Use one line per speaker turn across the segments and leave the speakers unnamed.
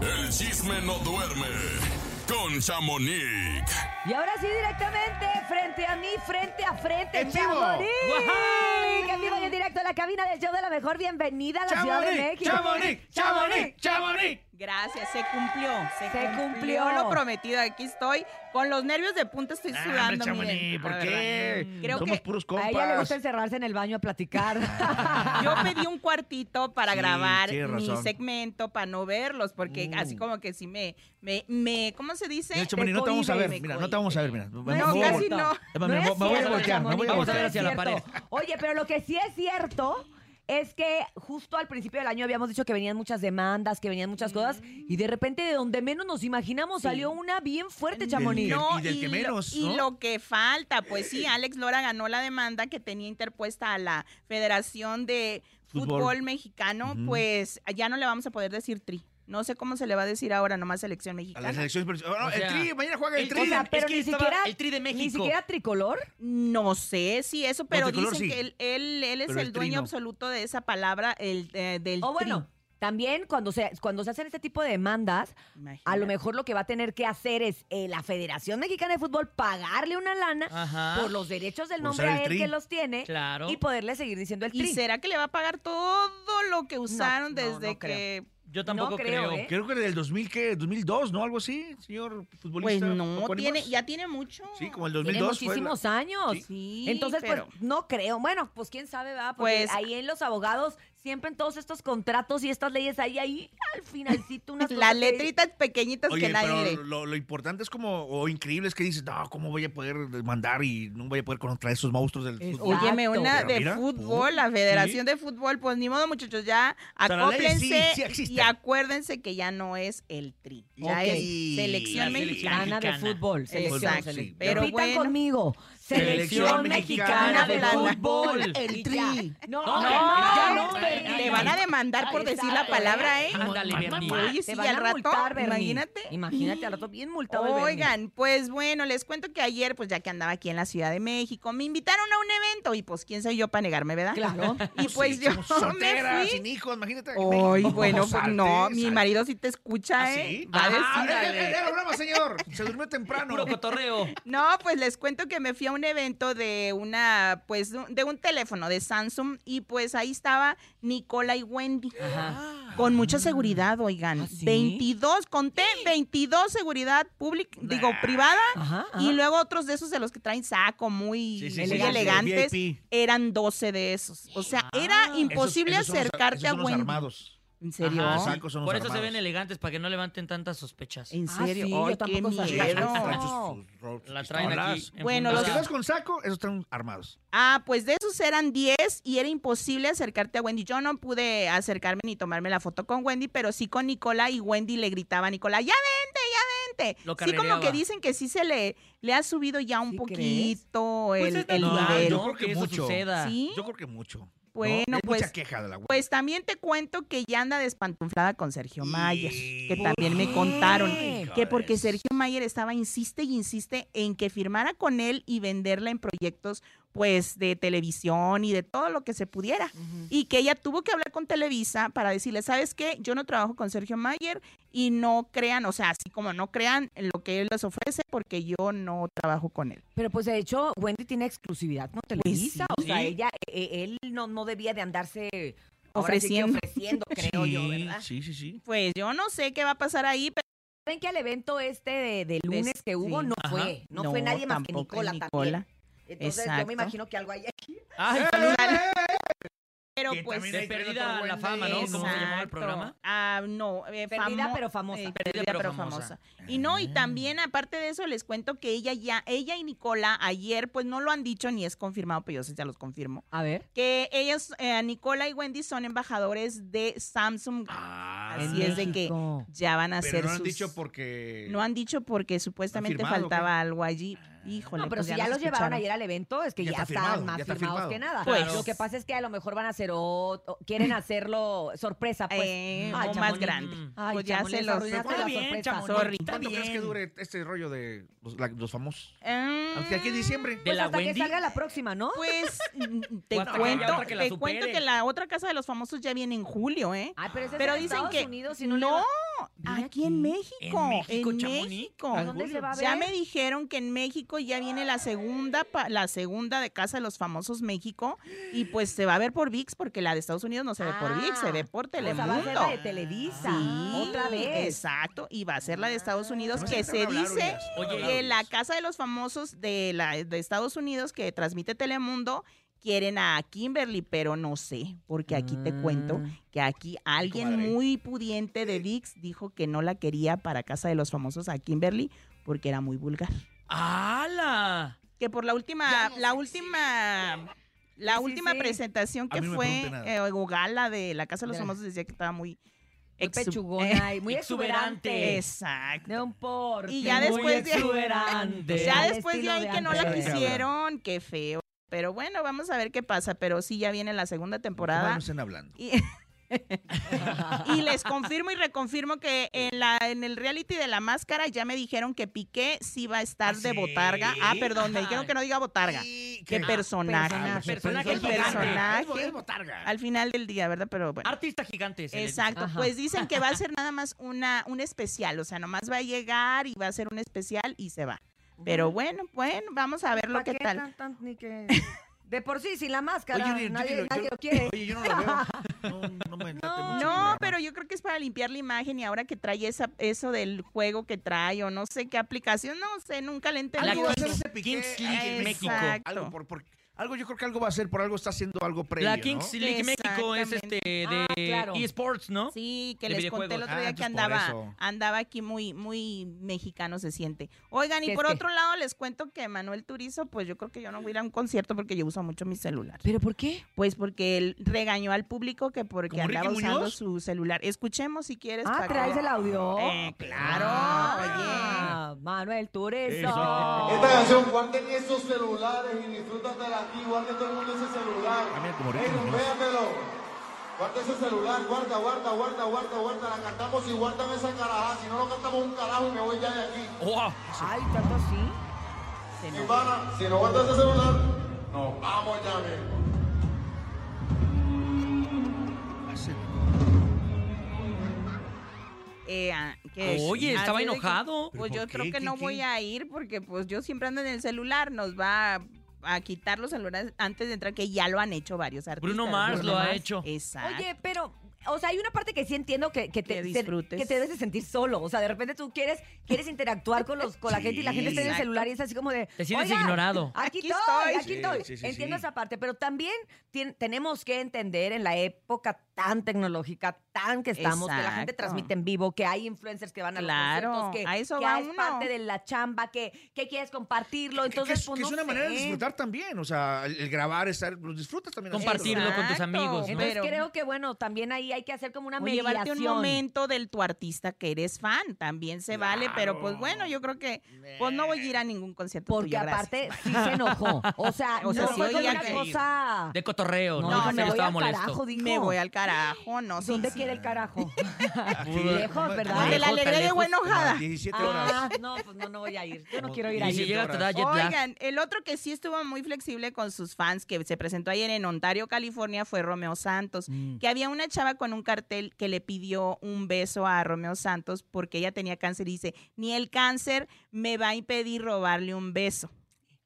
El chisme no duerme con Chamonix.
Y ahora sí, directamente, frente a mí, frente a frente,
¡En vivo!
Chamonix.
¡Guau!
En vivo y en directo a la cabina del show de la mejor. Bienvenida a la Ciudad de
Chamonix,
México.
Chamonix, Chamonix, Chamonix.
Gracias, se cumplió. Se,
Se
cumplió.
cumplió.
lo prometido. Aquí estoy. Con los nervios de punta estoy
Ah,
sudando.
hombre, Chamonix,
miren,
¿por
la
qué?
verdad. Creo
Somos
que
puros
Mm. A
compas.
ella le gusta encerrarse en el baño a platicar.
yo pedí un cuartito para
Sí,
grabar
tienes
mi
razón.
segmento para no verlos, porque
Uh.
así como que sí me, me, me- ¿cómo se dice?
Mira, Chamonix, no te vamos a
cohíbe,
ver,
me
mira, no
cohíbe.
te vamos a ver, mira. Me
es
voy a
casi
voltear.
no.
Es más,
es
me voy-
cierto,
me voy a voltear, me voy a
Chamonix,
voltear.
no es cierto. Oye, pero lo que sí es cierto es que justo al principio del año habíamos dicho que venían muchas demandas, que venían muchas cosas,
Mm.
y de repente de donde menos nos imaginamos
Sí.
salió una bien fuerte, Chamonix.
Y el-
No,
y del que
lo-
menos,
y
¿no?
lo que falta, pues sí, Alex Lora ganó la demanda que tenía interpuesta a la Federación de
Fútbol.
Fútbol, Mexicano,
Ujú.
pues ya no le vamos a poder decir tri. No sé cómo se le va a decir ahora, nomás
A
selección
las
mexicana.
elecciones. pero- bueno,
O
Oh, el
sea,
tri, mañana juega el
el-
tri.
O sea,
Es
pero
que
ni
estaba
siquiera
el Tri de
ni
México.
siquiera tricolor.
No sé si eso, pero
Multicolor,
dicen
sí.
que él, él- él es
Pero
el,
el tri
dueño
no.
absoluto de esa palabra, el eh, del
O bueno, también cuando se, cuando se hacen este tipo de demandas,
tri. Imagínate.
a lo mejor lo que va a tener que hacer es eh, la Federación Mexicana de Fútbol pagarle una lana
Ajá.
por los derechos del
Por
nombre
usar
a
el
él
tri.
que los tiene
Claro.
y poderle seguir diciendo el
¿Y
tri.
será que le va a pagar todo lo que usaron
no,
desde
no creo.
que
Yo tampoco
No creo,
creo.
¿eh?
Creo que del 2000, ¿qué? 2002, ¿no? Algo así, señor
Pues
futbolista.
no,
Paco
tiene,
Ánimas.
ya tiene mucho.
Sí, como el
Tiene
2002 fue. pues, la-
muchísimos años.
Sí,
Entonces,
pero-
pues, no creo. Bueno, pues quién sabe, va. Porque
Pues-
ahí en los abogados, siempre en todos estos contratos y estas leyes, ahí, ahí, al finalcito, unas cosas
Las
que-
letritas pequeñitas
Oye,
que nadie
pero
lee.
lo, lo importante es como, o increíble es que dices, no, ¿cómo voy a poder mandar y no voy a poder contra esos monstruos del
Es-
fútbol?
Óyeme,
Exacto.
una
Pero
de
mira,
fútbol,
uh,
la Federación de Fútbol, pues ni modo, muchachos, ya
sea, la ley sí,
acóplense
sí existe.
y acuérdense que ya no es el tri, ya
Ok.
es selección
La selección.
mexicana.
Gana de
Mexicana.
fútbol.
Pues
selección,
Exacto,
selección.
pero
Repitan
bueno.
conmigo. Selección mexicana de fútbol.
El
Y ya. No,
No,
no,
ya
no,
no,
Bernie.
Te van a demandar por decir la palabra, ¿eh?
Ándale, Bernie.
Oye, sí,
Te van
al
a
rato,
multar, Bernie.
imagínate.
Imagínate, al rato bien multado el Bernie.
Oigan, pues bueno, les cuento que ayer, pues ya que andaba aquí en la Ciudad de México, me invitaron a un evento y pues quién soy yo para negarme, ¿verdad?
Claro.
Y pues
sí,
yo
somos
me
solteras,
fui.
sin hijos, imagínate.
Ay, bueno, pues
Salte,
no, mi
salte.
marido sí te escucha,
¿Ah,
¿eh?
sí?
Va a
Ah,
decir.
eh, eh, era broma, señor. Se durmió temprano.
Puro cotorreo.
No, pues les cuento que me fui a un evento de una, pues, de un- de un teléfono de Samsung y pues ahí estaba Nicola y Wendy. Con
Ah.
mucha seguridad, oigan.
¿Ah, sí?
22, conté 22 seguridad pública, digo, privada.
Ajá, ajá.
Y luego otros de esos de los que traen saco muy,
Sí, sí,
muy
sí, sí, sí,
elegantes,
VIP.
eran 12 de esos. O sea, era imposible
Ah. Esos- esos son los-
acercarte
esos son
a
los
Wendy.
armados.
¿En serio?
Ajá,
Los
sí.
sacos son los
Por eso se
armados.
ven elegantes, para que no levanten tantas sospechas.
¿En
Ah,
serio?
sí,
Ay,
yo tampoco
qué
sabía.
Sí,
miedo.
Ah,
traen sus- sus ro-
La
sus
traen aquí.
pistolas.
Bueno,
Los
los-
que vas con saco, esos están armados.
Ah, pues de esos eran 10 y era imposible acercarte a Wendy. Yo no pude acercarme ni tomarme la foto con Wendy, pero sí con Nicola y Wendy le gritaba a Nicola, ya vente, ya vente.
Lo
sí como
carrereaba.
que dicen que sí se le, le ha subido ya un
¿Sí
poquito
Pues
el,
es
el
natural,
nivel.
este
¿no?
Yo creo que
eso
mucho.
suceda.
Sí.
Yo creo que mucho. ¿no?
Bueno,
Hay mucha
pues-
queja de la Wendy.
Pues también te cuento que ya anda despantunflada con Sergio Mayer, que
¿Por
también me
qué?
contaron
Ay,
que porque
joder.
Sergio Mayer estaba insiste y insiste en que firmara con él y venderla en proyectos pues de televisión y de todo lo que se pudiera. Y que ella tuvo que hablar con Televisa para decirle, ¿sabes qué? Yo no trabajo con Sergio Mayer y no crean, o sea, así como no crean lo que él les ofrece porque yo no trabajo con él.
Pero pues de hecho, Wendy tiene exclusividad con Televisa. O sea,
Sí.
ella, eh, él no, no debía de andarse ahora sí que
Ofreciendo.
ofreciendo, creo yo, ¿verdad?
Sí, sí, sí.
Pues yo no sé qué va a pasar ahí, pero
Saben que al evento este de, de lunes
Des-
que hubo
sí.
no
Ajá.
fue, no, fue nadie más que
tampoco es
Nicola, también. Entonces yo
Exacto.
me imagino que algo hay
Ay, saludos.
Pero
Que
pues...
también
De
ahí traen
perdida
otro
la
Wendy.
fama, ¿no? ¿Cómo se llamaba el
Exacto.
programa?
Ah, no, eh,
Perdida
famo-
pero famosa.
eh, perdida, pero, famosa. Y no, y también aparte de eso les cuento que ella ya, ella y Nicola ayer pues no lo han dicho ni es confirmado, pero yo sí ya los confirmo.
A ver.
Que ellas, eh, Nicola y Wendy son embajadores de Samsung.
Ah,
Así es de que ya van a
Pero
ser
no han
sus-
dicho porque.
No han dicho porque supuestamente
firmado,
faltaba algo allí. Híjole.
No, pero
pues
si ya
nos
los llevaron
escucharon.
ayer al evento, es que ya,
Ya está
están
firmado,
más
ya está
firmados
firmado.
que nada.
Pues. Mm.
Lo que pasa es que a lo mejor van a hacer otro, quieren hacerlo sorpresa, pues.
Eh,
Ay,
o más
Chamonix.
grande.
Ay,
pues ya
Chamonix,
se los...
arruinaste
Está
la
bien,
sorpresa. Pues
Chamonix,
Sorry.
está
¿Cuánto crees
bien.
que dure este rollo de los, la- los famosos?
Mm,
Hasta aquí en diciembre.
De
Pues
la
hasta que
Wendy.
salga la próxima, ¿no?
Pues mm, te
Otra que-
cuento,
otra que la
te cuento
supere.
que la otra casa de los famosos ya viene en julio, ¿eh?
Ay, pero ese es
Pero
en
dicen
Estados
que
Unidos y no, le
no,
va- Mira
aquí en
aquí.
México. En México,
México, Chamonix?
¿A dónde se va a ver?
Ya me dijeron que en México ya viene la segunda, pa- la segunda de Casa de los Famosos México y pues se va a ver por VIX porque la de Estados Unidos no se ve por VIX, se ve por
Ah, O sea,
Telemundo.
va a ser la de Televisa.
Sí,
Otra vez.
Exacto, y va a ser la de Estados Unidos
Vamos a
que
entrar
se
a hablar,
dice
Urias.
Oye,
que la Casa de los Famosos de, la, de Estados Unidos que transmite Telemundo quieren a Kimberly, pero no sé, porque aquí te cuento
Mm.
que aquí alguien
comadre.
muy pudiente de VIX dijo que no la quería para Casa de los Famosos a Kimberly porque era muy vulgar.
¡Hala!
Que por la última, la última, la
Sí, sí,
última
sí.
presentación
A
que
mí no me
fue
pregunten
eh, o gala de la Casa de los
De la-
Famosos decía que estaba muy
Muy
exu-
pechugona y muy exuberante.
Exuberante.
Exacto.
De un porte.
Y ya
muy
después de-
exuberante.
Ya
Al
después de
estilo
ahí que no la
antes.
antes.
quisieron, qué feo. Pero bueno, vamos a ver qué pasa. Pero sí, ya viene la segunda
Comadre,
temporada.
No estén hablando.
Y, y les confirmo y reconfirmo que en, la, en el reality de la máscara ya me dijeron que Piqué sí va a estar
¿Ah,
de
sí?
botarga. Ah, perdón, me
Ajá.
dijeron que no diga botarga.
Sí,
Qué
que-
personaje.
personaje.
personaje
El
gigante.
personaje.
Es botarga.
Al final del día, ¿verdad? Pero bueno.
Artista gigante. se le dice.
Exacto,
Ajá.
pues dicen que va a ser nada más una, un especial, o sea, nomás va a llegar y va a ser un especial y se va. Pero bueno, bueno, vamos a ver lo
¿Para
que
qué
tal.
tan- tan- ni que- De por sí, sin la máscara.
Oye, Uriel, yo
nadie,
quiero- yo-
nadie lo quiere.
Oye, yo no lo veo. No, no me late mucho el
No,
programa.
pero yo creo que es para limpiar la imagen y ahora que trae esa, eso del juego que trae o no sé qué aplicación, no sé, nunca le entendí.
La
Algo va a
Kings-
hacer ese Piqué
Kings League
en México.
eh, Exacto.
Algo por, por- algo, yo creo que algo va a hacer, por algo está haciendo algo previo,
La
¿no?
Kings League México es este
Exactamente.
de
Ah, claro.
eSports, ¿no?
Sí, que
de
les conté el
videojuegos.
otro día
Ah,
que
entonces por
andaba,
eso.
andaba aquí muy, muy mexicano se siente. Oigan,
¿Qué
y
es
por
qué?
otro lado les cuento que Manuel Turizo, pues yo creo que yo no voy a ir a un concierto porque yo uso mucho mi celular.
¿Pero por qué?
Pues porque él regañó al público que porque
¿Como
andaba
Ricky
usando
Muñoz?
su celular. Escuchemos si quieres.
Ah,
para que-
traes el audio.
Eh, claro, oye.
Ah, Manuel Turizo.
Esta canción, guarden esos celulares y disfrútatela aquí, guarden todo el mundo ese celular.
Ah, mira, como Ricky
Ey,
Muñoz.
véatelo. Guarda ese celular, guarda, guarda, guarda, guarda, guarda. La cantamos y guardan esa carajada. Si no lo cantamos un carajo y me voy ya de aquí.
¡Wow!
Ay, tanto así.
Se
Mi
enojó.
pana, si no guardas ese celular, nos vamos ya mismo.
Hace-
Eh, ah, que-
Oye,
así
estaba
de que,
enojado.
Pues
¿Pero
yo
por
creo
qué?
que
¿Qué,
no
qué?
voy a ir porque pues yo siempre ando en el celular. Nos va a, a quitar los celulares antes de entrar, que ya lo han hecho varios artistas.
Bruno Mars lo ha hecho.
Exacto.
Oye, pero, o sea, hay una parte que sí entiendo que, que te
Que
se-
disfrutes.
que te debes de sentir solo. O sea, de repente tú quieres, quieres interactuar con los, con la gente y la
Sí,
gente está en el
exacto.
celular y es así como de.
Te sientes
"Oigan,
ignorado".
Aquí,
Aquí
estoy,
estoy.
aquí
Sí,
estoy.
sí, sí,
entiendo
sí.
esa parte, pero también tien- tenemos que entender en la época tan tecnológica, tan que estamos, que la gente
Exacto.
transmite en vivo, que hay influencers que van a
Claro,
los conciertos, que,
a eso
que
va
es
uno.
parte de la chamba, que, que quieres compartirlo.
que- que
Entonces,
es- que,
pues,
es
no
una manera de
sé.
disfrutar también, o sea, el, el grabar, estar, los disfrutas también.
Compartirlo
haciéndolo.
con tus
Exacto,
amigos, ¿no?
Entonces
pero-
creo que bueno, también ahí hay que hacer como una
O llevarte un
mediación.
momento del tu artista que eres fan, también se vale, pero pues
Claro.
bueno, yo creo que pues no voy a ir a ningún concierto
Porque
tuyo, gracias.
aparte sí se enojó. O sea,
O sea,
no
sí
fue como
oía
una
que-
cosa.
De cotorreo, ¿no?
No,
Dijo
me
que
voy
estaba
al
molesto.
carajo, dijo.
Me voy al carajo, no sé.
¿Dónde quiere el carajo?
Lejos,
Lejos,
Ah, de
¿verdad?
la
Lejos, tan
alegría de
lejos,
buena enojada.
Como 17 horas.
Ah, no, pues no, no voy a ir. Yo no
Como
quiero ir
Y
ahí.
si llega te da jet lag.
Oigan, el otro que sí estuvo muy flexible con sus fans, que se presentó ayer en Ontario, California, fue Romeo Santos, que había una chava con un cartel que le pidió un beso a Romeo Santos porque ella tenía cáncer y dice, ni el cáncer me va a impedir robarle un beso.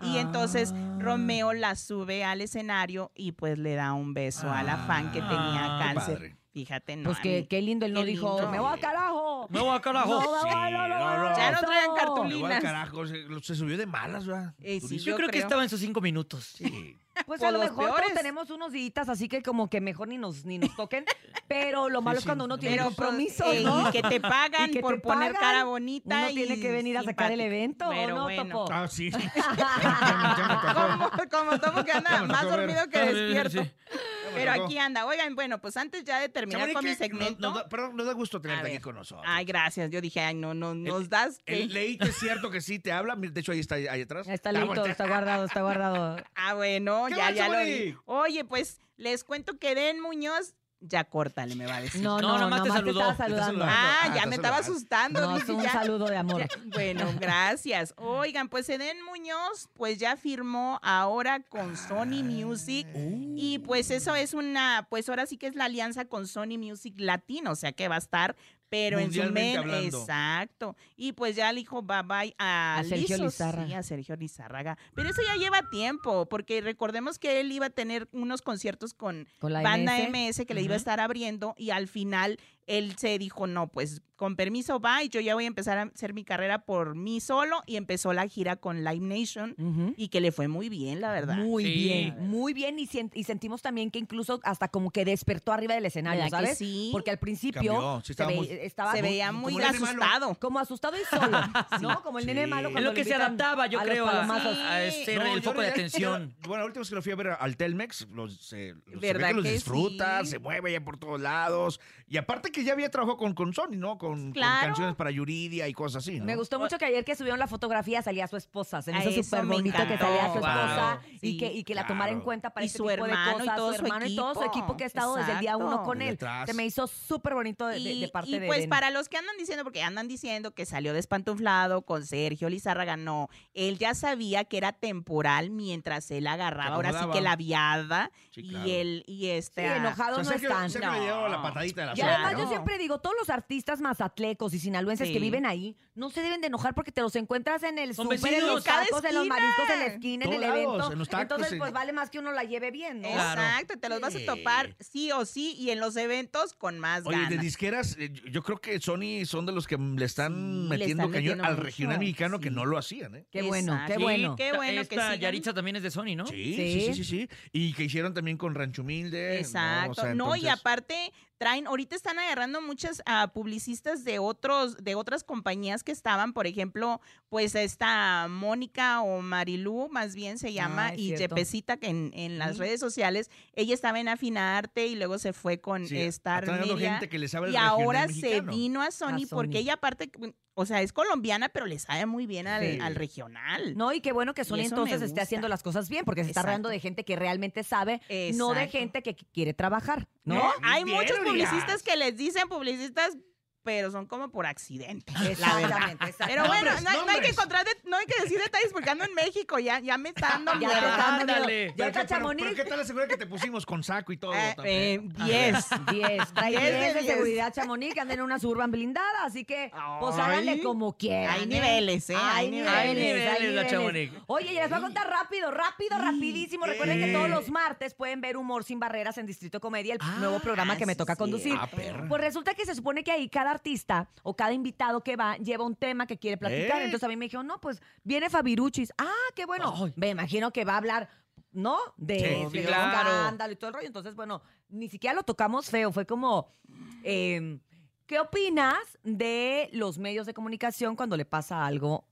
Y entonces
Ah.
Romeo la sube al escenario y pues le da un beso a la fan que tenía
Ah,
qué
cáncer.
padre.
Fíjate, no.
Pues
a
que,
mí-
qué lindo, él no
Qué
dijo,
lindo.
me voy al carajo.
Me voy al carajo.
No, me voy, no, no,
Sí,
no,
no,
Ya no traigan
no.
Me
cartulina.
voy al
Linas.
carajo, se, se subió de malas, ¿verdad?
Eh, sí,
Durísimo.
Yo,
Yo
creo que
creo.
estaba en sus cinco minutos.
Sí.
Pues
Por
a lo
los
mejor todos
peores.
tenemos unos días, así que como que mejor ni nos, ni nos toquen. Pero lo malo es
sí,
cuando uno
no
tiene
me
pues,
compromiso,
eh,
¿no?
Y que te pagan
Y que
por
te
poner
pagan.
cara bonita.
Uno tiene
y
que venir a sacar el
simpática.
evento, ¿o
Pero
no, Topo?
Ah, sí. Ya me-
Ah,
ya me
Como,
tocó.
como Topo que
Ya
anda
me
más
tocó ver.
dormido que
Ah,
despierto.
sí.
Ya me
Pero
tocó.
aquí anda. Oigan, bueno, pues antes ya de terminar
Chamonix,
con mi
que-
segmento.
no- no da- perdón, nos da gusto tenerte
A
aquí
ver.
con nosotros.
Ay, gracias. Yo dije, ay, no, no, nos das.
El
que-
Leito es cierto que sí te habla. mira, De hecho, ahí está, ahí atrás.
Está
La
listo,
voltea.
está guardado, está guardado.
Ah, bueno,
¿Qué
ya,
más,
ya lo
Chamonix?
vi. Oye, pues les cuento que Den Muñoz, ya córtale, me va a decir.
No,
No,
no,
nomás
nomás
te
te
saludó,
estaba
te está
saludando.
saludando.
Ah,
Ah,
ya
está
me estaba
saludando.
asustando.
No, es
dije,
un
ya.
saludo de amor.
Bueno, gracias. Oigan, pues Eden Muñoz pues ya firmó ahora con Sony Music y pues eso es una, pues ahora sí que es la alianza con Sony Music Latino, o sea que va a estar Pero en su
Mundialmente
men,
hablando.
exacto. Y pues ya le dijo bye bye a,
A Sergio
Lizzo,
Lizárraga.
sí, a Sergio Lizárraga. Pero eso ya lleva tiempo, porque recordemos que él iba a tener unos conciertos con
Con la
banda
MS.
MS, que le iba a
Ujú.
estar abriendo y al final él se dijo, no, pues con permiso bye, yo ya voy a empezar a hacer mi carrera por mí solo y empezó la gira con Live Nation
Ujú.
y que le fue muy bien, la verdad.
Mm. Muy
Sí.
bien, muy bien. Y, sien- y sentimos también que incluso hasta como que despertó arriba del escenario,
¿Verdad que
¿sabes?
sí?
Porque al principio
Cambió, sí,
se ve-
estábamos-
estaba
se
como-
veía muy
el nene malo.
asustado.
como asustado y solo, ¿no? Como el nene
Sí.
malo.
Es
Es
cuando
lo que se
invitan
adaptaba, yo
a los
creo, a,
palomazos.
a ser
No,
el
yo
foco de
realmente-
atención.
yo- bueno, la última vez que lo fui a ver al Telmex, los, eh, los- se ve
¿Verdad
que los
que
disfruta,
sí?
se mueve ya por todos lados. Y aparte que ya había trabajado con, con Sony, ¿no? Con, con
Claro.
canciones para Yuridia y cosas así, ¿no?
Me gustó mucho que ayer que subieron la fotografía salía su esposa. Se me
A
hizo
eso
súper
me
bonito que
encantó.
salía su
Wow.
esposa y,
Sí,
que, y que la
claro.
tomara en cuenta para
Y
este
su
tipo de
hermano y
cosas.
todo
su
su
hermano y todo su
equipo.
equipo que ha estado desde el día uno
Exacto.
con
Desde
él.
atrás.
Se me hizo súper bonito de, de- de
Y,
parte
y
de
pues
Eden.
para los que andan diciendo, porque andan diciendo que salió despantunflado con Sergio Lizárraga, no, él ya sabía que era temporal mientras él agarraba, ahora sí
acomodaba.
que la viada
Sí, claro.
y él y
Sí,
este ah,
enojado
O sea,
no
Sergio,
están.
Sergio le dio la
No.
patadita de la
Y
Ah, Claro.
además
suerte,
yo siempre digo, todos los artistas mazatlecos y sinaloenses que
Sí.
viven ahí, no se deben de enojar porque te los encuentras en el
Son
súper, en los
vecinos.
Cada
tacos, en los
esquina.
mariscos, en la esquina, en el
Todos lados,
evento.
en los tacos,
Entonces,
en-
pues vale más que uno la lleve bien, ¿no?
Claro.
Exacto, te los vas a topar sí o sí y en los eventos con más
¿no? Oye, de
ganas.
disqueras, eh, yo- yo creo que Sony son de los que le están
Sí, le
metiendo cañón
están metiendo
al
mucho,
regional mexicano que
sí.
no lo hacían, ¿eh?
Qué bueno, qué
Exacto.
bueno.
Qué bueno que
Esta
sigan.
Yaritza también es de Sony, ¿no?
Sí,
Sí.
sí, sí, sí, sí. Y que hicieron también con Rancho Humilde.
Exacto. No,
¿no? O sea,
y
entonces-
aparte traen, ahorita están agarrando muchas ah, publicistas de otros, de otras compañías que estaban, por ejemplo, pues esta Mónica o Marilú, más bien se llama,
Ah, es
y
cierto.
Yepesita, que en, en las redes sociales, ella estaba en Afinarte y luego se fue con
Sí,
Star
atraen a
Media,
gente que le sabe el
y
regional
ahora
mexicano.
se vino a Sony,
A
porque
Sony.
ella aparte, o sea, es colombiana, pero le sabe muy bien al,
Sí.
al regional.
No, y qué bueno que Sony
eso me
entonces esté
gusta.
haciendo las cosas bien, porque se está
Exacto.
rodeando de gente que realmente sabe, no de
Exacto.
gente que qu- quiere trabajar,
¿no?
¿no?
Hay
Bien,
muchos
amigas.
publicistas que les dicen publicistas, pero son como por accidente. La verdad.
Exactamente, exacto.
Pero bueno,
Nombres,
no, hay- no hay que
nombres.
encontrar, de- no hay que decir detalles porque ando en México, ya, ya me Eh, está dando
Ya te
miedo.
están dando
Ándale.
miedo. Ya
Pero,
está
qué- pero-
Chamonix. Ah,
pero ¿qué tal la seguridad que te pusimos con saco y todo?
Eh,
también? Ah,
eh, 10.
10, trae
Diez de
10 de
diez.
seguridad Chamonix, que anden en una suburban blindada, así que pues
Ay.
háganle como quieran.
Hay
¿eh?
niveles, ¿eh? Hay niveles.
Hay niveles, la Chamonix.
Oye, y les voy a contar rápido, rápido, rapidísimo. Recuerden que todos los martes pueden ver Humor sin Barreras en Distrito Comedia, el
Ah,
nuevo programa que me
sí,
toca
sí.
conducir.
Ah, perra.
Pues resulta que se supone que ahí cada artista o cada invitado que va lleva un tema que quiere platicar.
¿Eh?
Entonces a mí me dijeron, no, pues viene Fabiruchis. Ah, qué bueno.
Ay.
Me imagino que va a hablar, ¿no? De,
Sí,
de
sí,
los
claro.
escándalo y todo el rollo. Entonces, bueno, ni siquiera lo tocamos feo. Fue como, eh, ¿qué opinas de los medios de comunicación cuando le pasa algo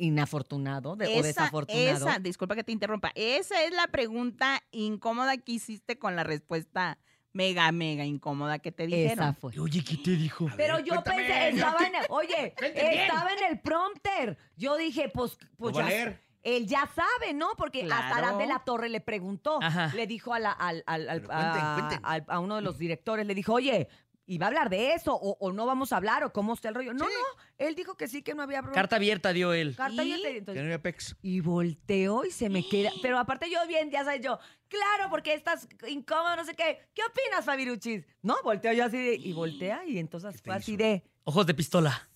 inafortunado de- o desafortunado?
esa, disculpa que te interrumpa. Esa es la pregunta incómoda que hiciste con la respuesta mega, mega incómoda que te dijeron.
Esa fue.
Oye, ¿qué te dijo?
Pero yo
cuéntame,
pensé, estaba en el, oye, estaba en el prompter. Yo dije, pues, pues
Lo va a
ya-
leer.
él ya sabe, ¿no? Porque hasta
Claro.
Arad de la Torre le preguntó,
Ajá.
le dijo a, la- al- al- al-
Pero cuenten,
a-
cuenten.
al- a uno de los directores, le dijo, oye, ¿y va a hablar de eso? ¿O, o no vamos a hablar? ¿O cómo está el rollo? No, no, él dijo que sí, que no había bronca.
Carta abierta dio él.
Carta
¿Y?
abierta, y
Que
entonces-
no había pex.
y volteo y se me queda. Pero aparte yo bien, ya sabes yo, claro, porque estás incómodo, no sé qué. ¿Qué opinas, Fabiruchis? No, volteo yo así de, y voltea y entonces
te
fue así
hizo?
de,
Ojos de pistola.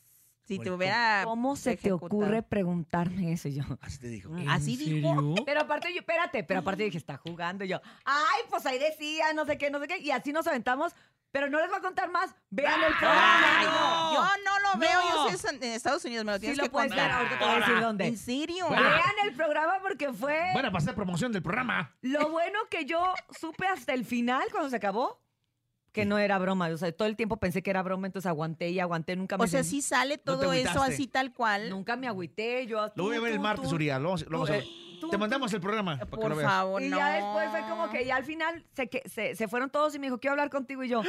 Si te
Bonito.
hubiera.
¿cómo se te
Ah, pues, ejecutado.
ocurre preguntarme eso? Y yo,
Así te dijo.
¿Ah,
¿En
Así dijo.
serio?
pero aparte yo, espérate, pero aparte dije, está jugando. Y yo, ay, pues ahí decía, no sé qué, no sé qué. Y así nos aventamos, pero no les voy a contar más. Vean el programa.
Ay, no, yo no lo veo.
No.
Yo soy en Estados Unidos, me lo
Sí
tienes
lo
que
puedes ver,
contar.
ahorita te voy a decir dónde.
¿En serio?
Vean el programa porque fue
Van a pasar promoción del programa.
lo bueno que yo supe hasta el final cuando se acabó. Que no era broma, o sea, todo el tiempo pensé que era broma, entonces aguanté y aguanté, nunca me
O sea,
sentí-
sí sale todo eso
agüitaste.
así tal cual.
nunca me agüité, yo "Ah,
Lo voy a ver el martes, Uriah. Lo vamos, lo vamos a ver. Te mandamos el programa para que lo
Por
veas.
favor,
Y
no.
ya después fue como que ya al final se, que, se, se fueron todos y me dijo, quiero hablar contigo y yo.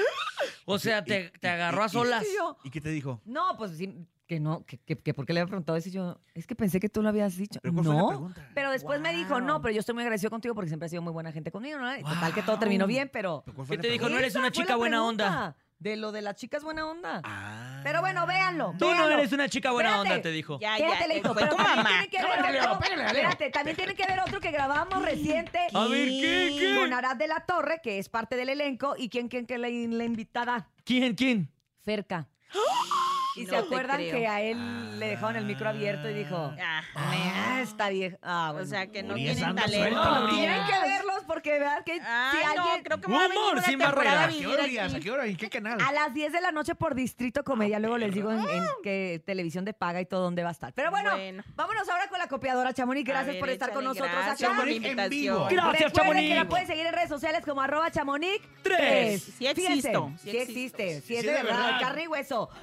O sea, te, te agarró a solas.
Y yo,
¿Y qué te dijo?
No, pues sí, que no, que, que, que por qué le había preguntado eso. Y yo, es que pensé que tú lo habías dicho.
¿Pero cuál fue la
no.
pregunta?
Pero después me dijo, no,
Guau.
pero yo estoy muy agradecido contigo porque siempre has sido muy buena gente conmigo, ¿no? Y Total que todo
Guau.
terminó bien, pero.
¿Pero cuál fue
¿Qué
la
te dijo?
pregunta?
No eres una
Esa fue
chica
la
buena
pregunta,
onda.
De lo de las chicas buena onda.
Ah.
Pero bueno, véanlo.
Tú no
véanlo.
eres una chica buena
Espérate.
onda, te dijo.
Ya, ya,
Espérate, Leito,
fue
pero
tu
también
mamá.
tiene que haber
Pégale,
otro-
pégale, dale.
Espérate, también tiene que haber otro que grabamos reciente.
A ver, ¿qué, qué?
Con Arad de la Torre, que es parte del elenco. ¿Y quién, quién, que la, la invitada?
¿Quién, quién?
Ferca. Y
¡Ah! No
se
te
acuerdan
creo.
que a él le dejaron el micro abierto y dijo, ah, está viejo. Ah,
o
bueno.
sea, que no
Urias
tienen
anda
talento.
suelto,
No,
Urias.
tienen que verlos porque verdad que
Ay,
si alguien
Ah, no, creo que me va a venir
Humor
una
sin
temporada a
barreras.
¿A qué
vivir
hora, Urias?
aquí.
¿A qué hora? ¿En qué canal?
a las 10 de la noche por Distrito Comedia, luego les digo en, en qué televisión de paga y todo dónde va a estar. Pero bueno,
Ah. Bueno.
vámonos ahora con la copiadora, Chamonix.
A
Gracias
ver,
por estar con
échale,
nosotros
gracias
acá.
por la
Chamonix en
invitación.
vivo.
Gracias,
Recuerden que la
Chamonix.
pueden seguir en redes sociales como arroba chamonix
Tres.
Sí existo, sí
Sí
existo.
existe, sí es
Sí,
de
de
verdad,
verdad.
carne y hueso.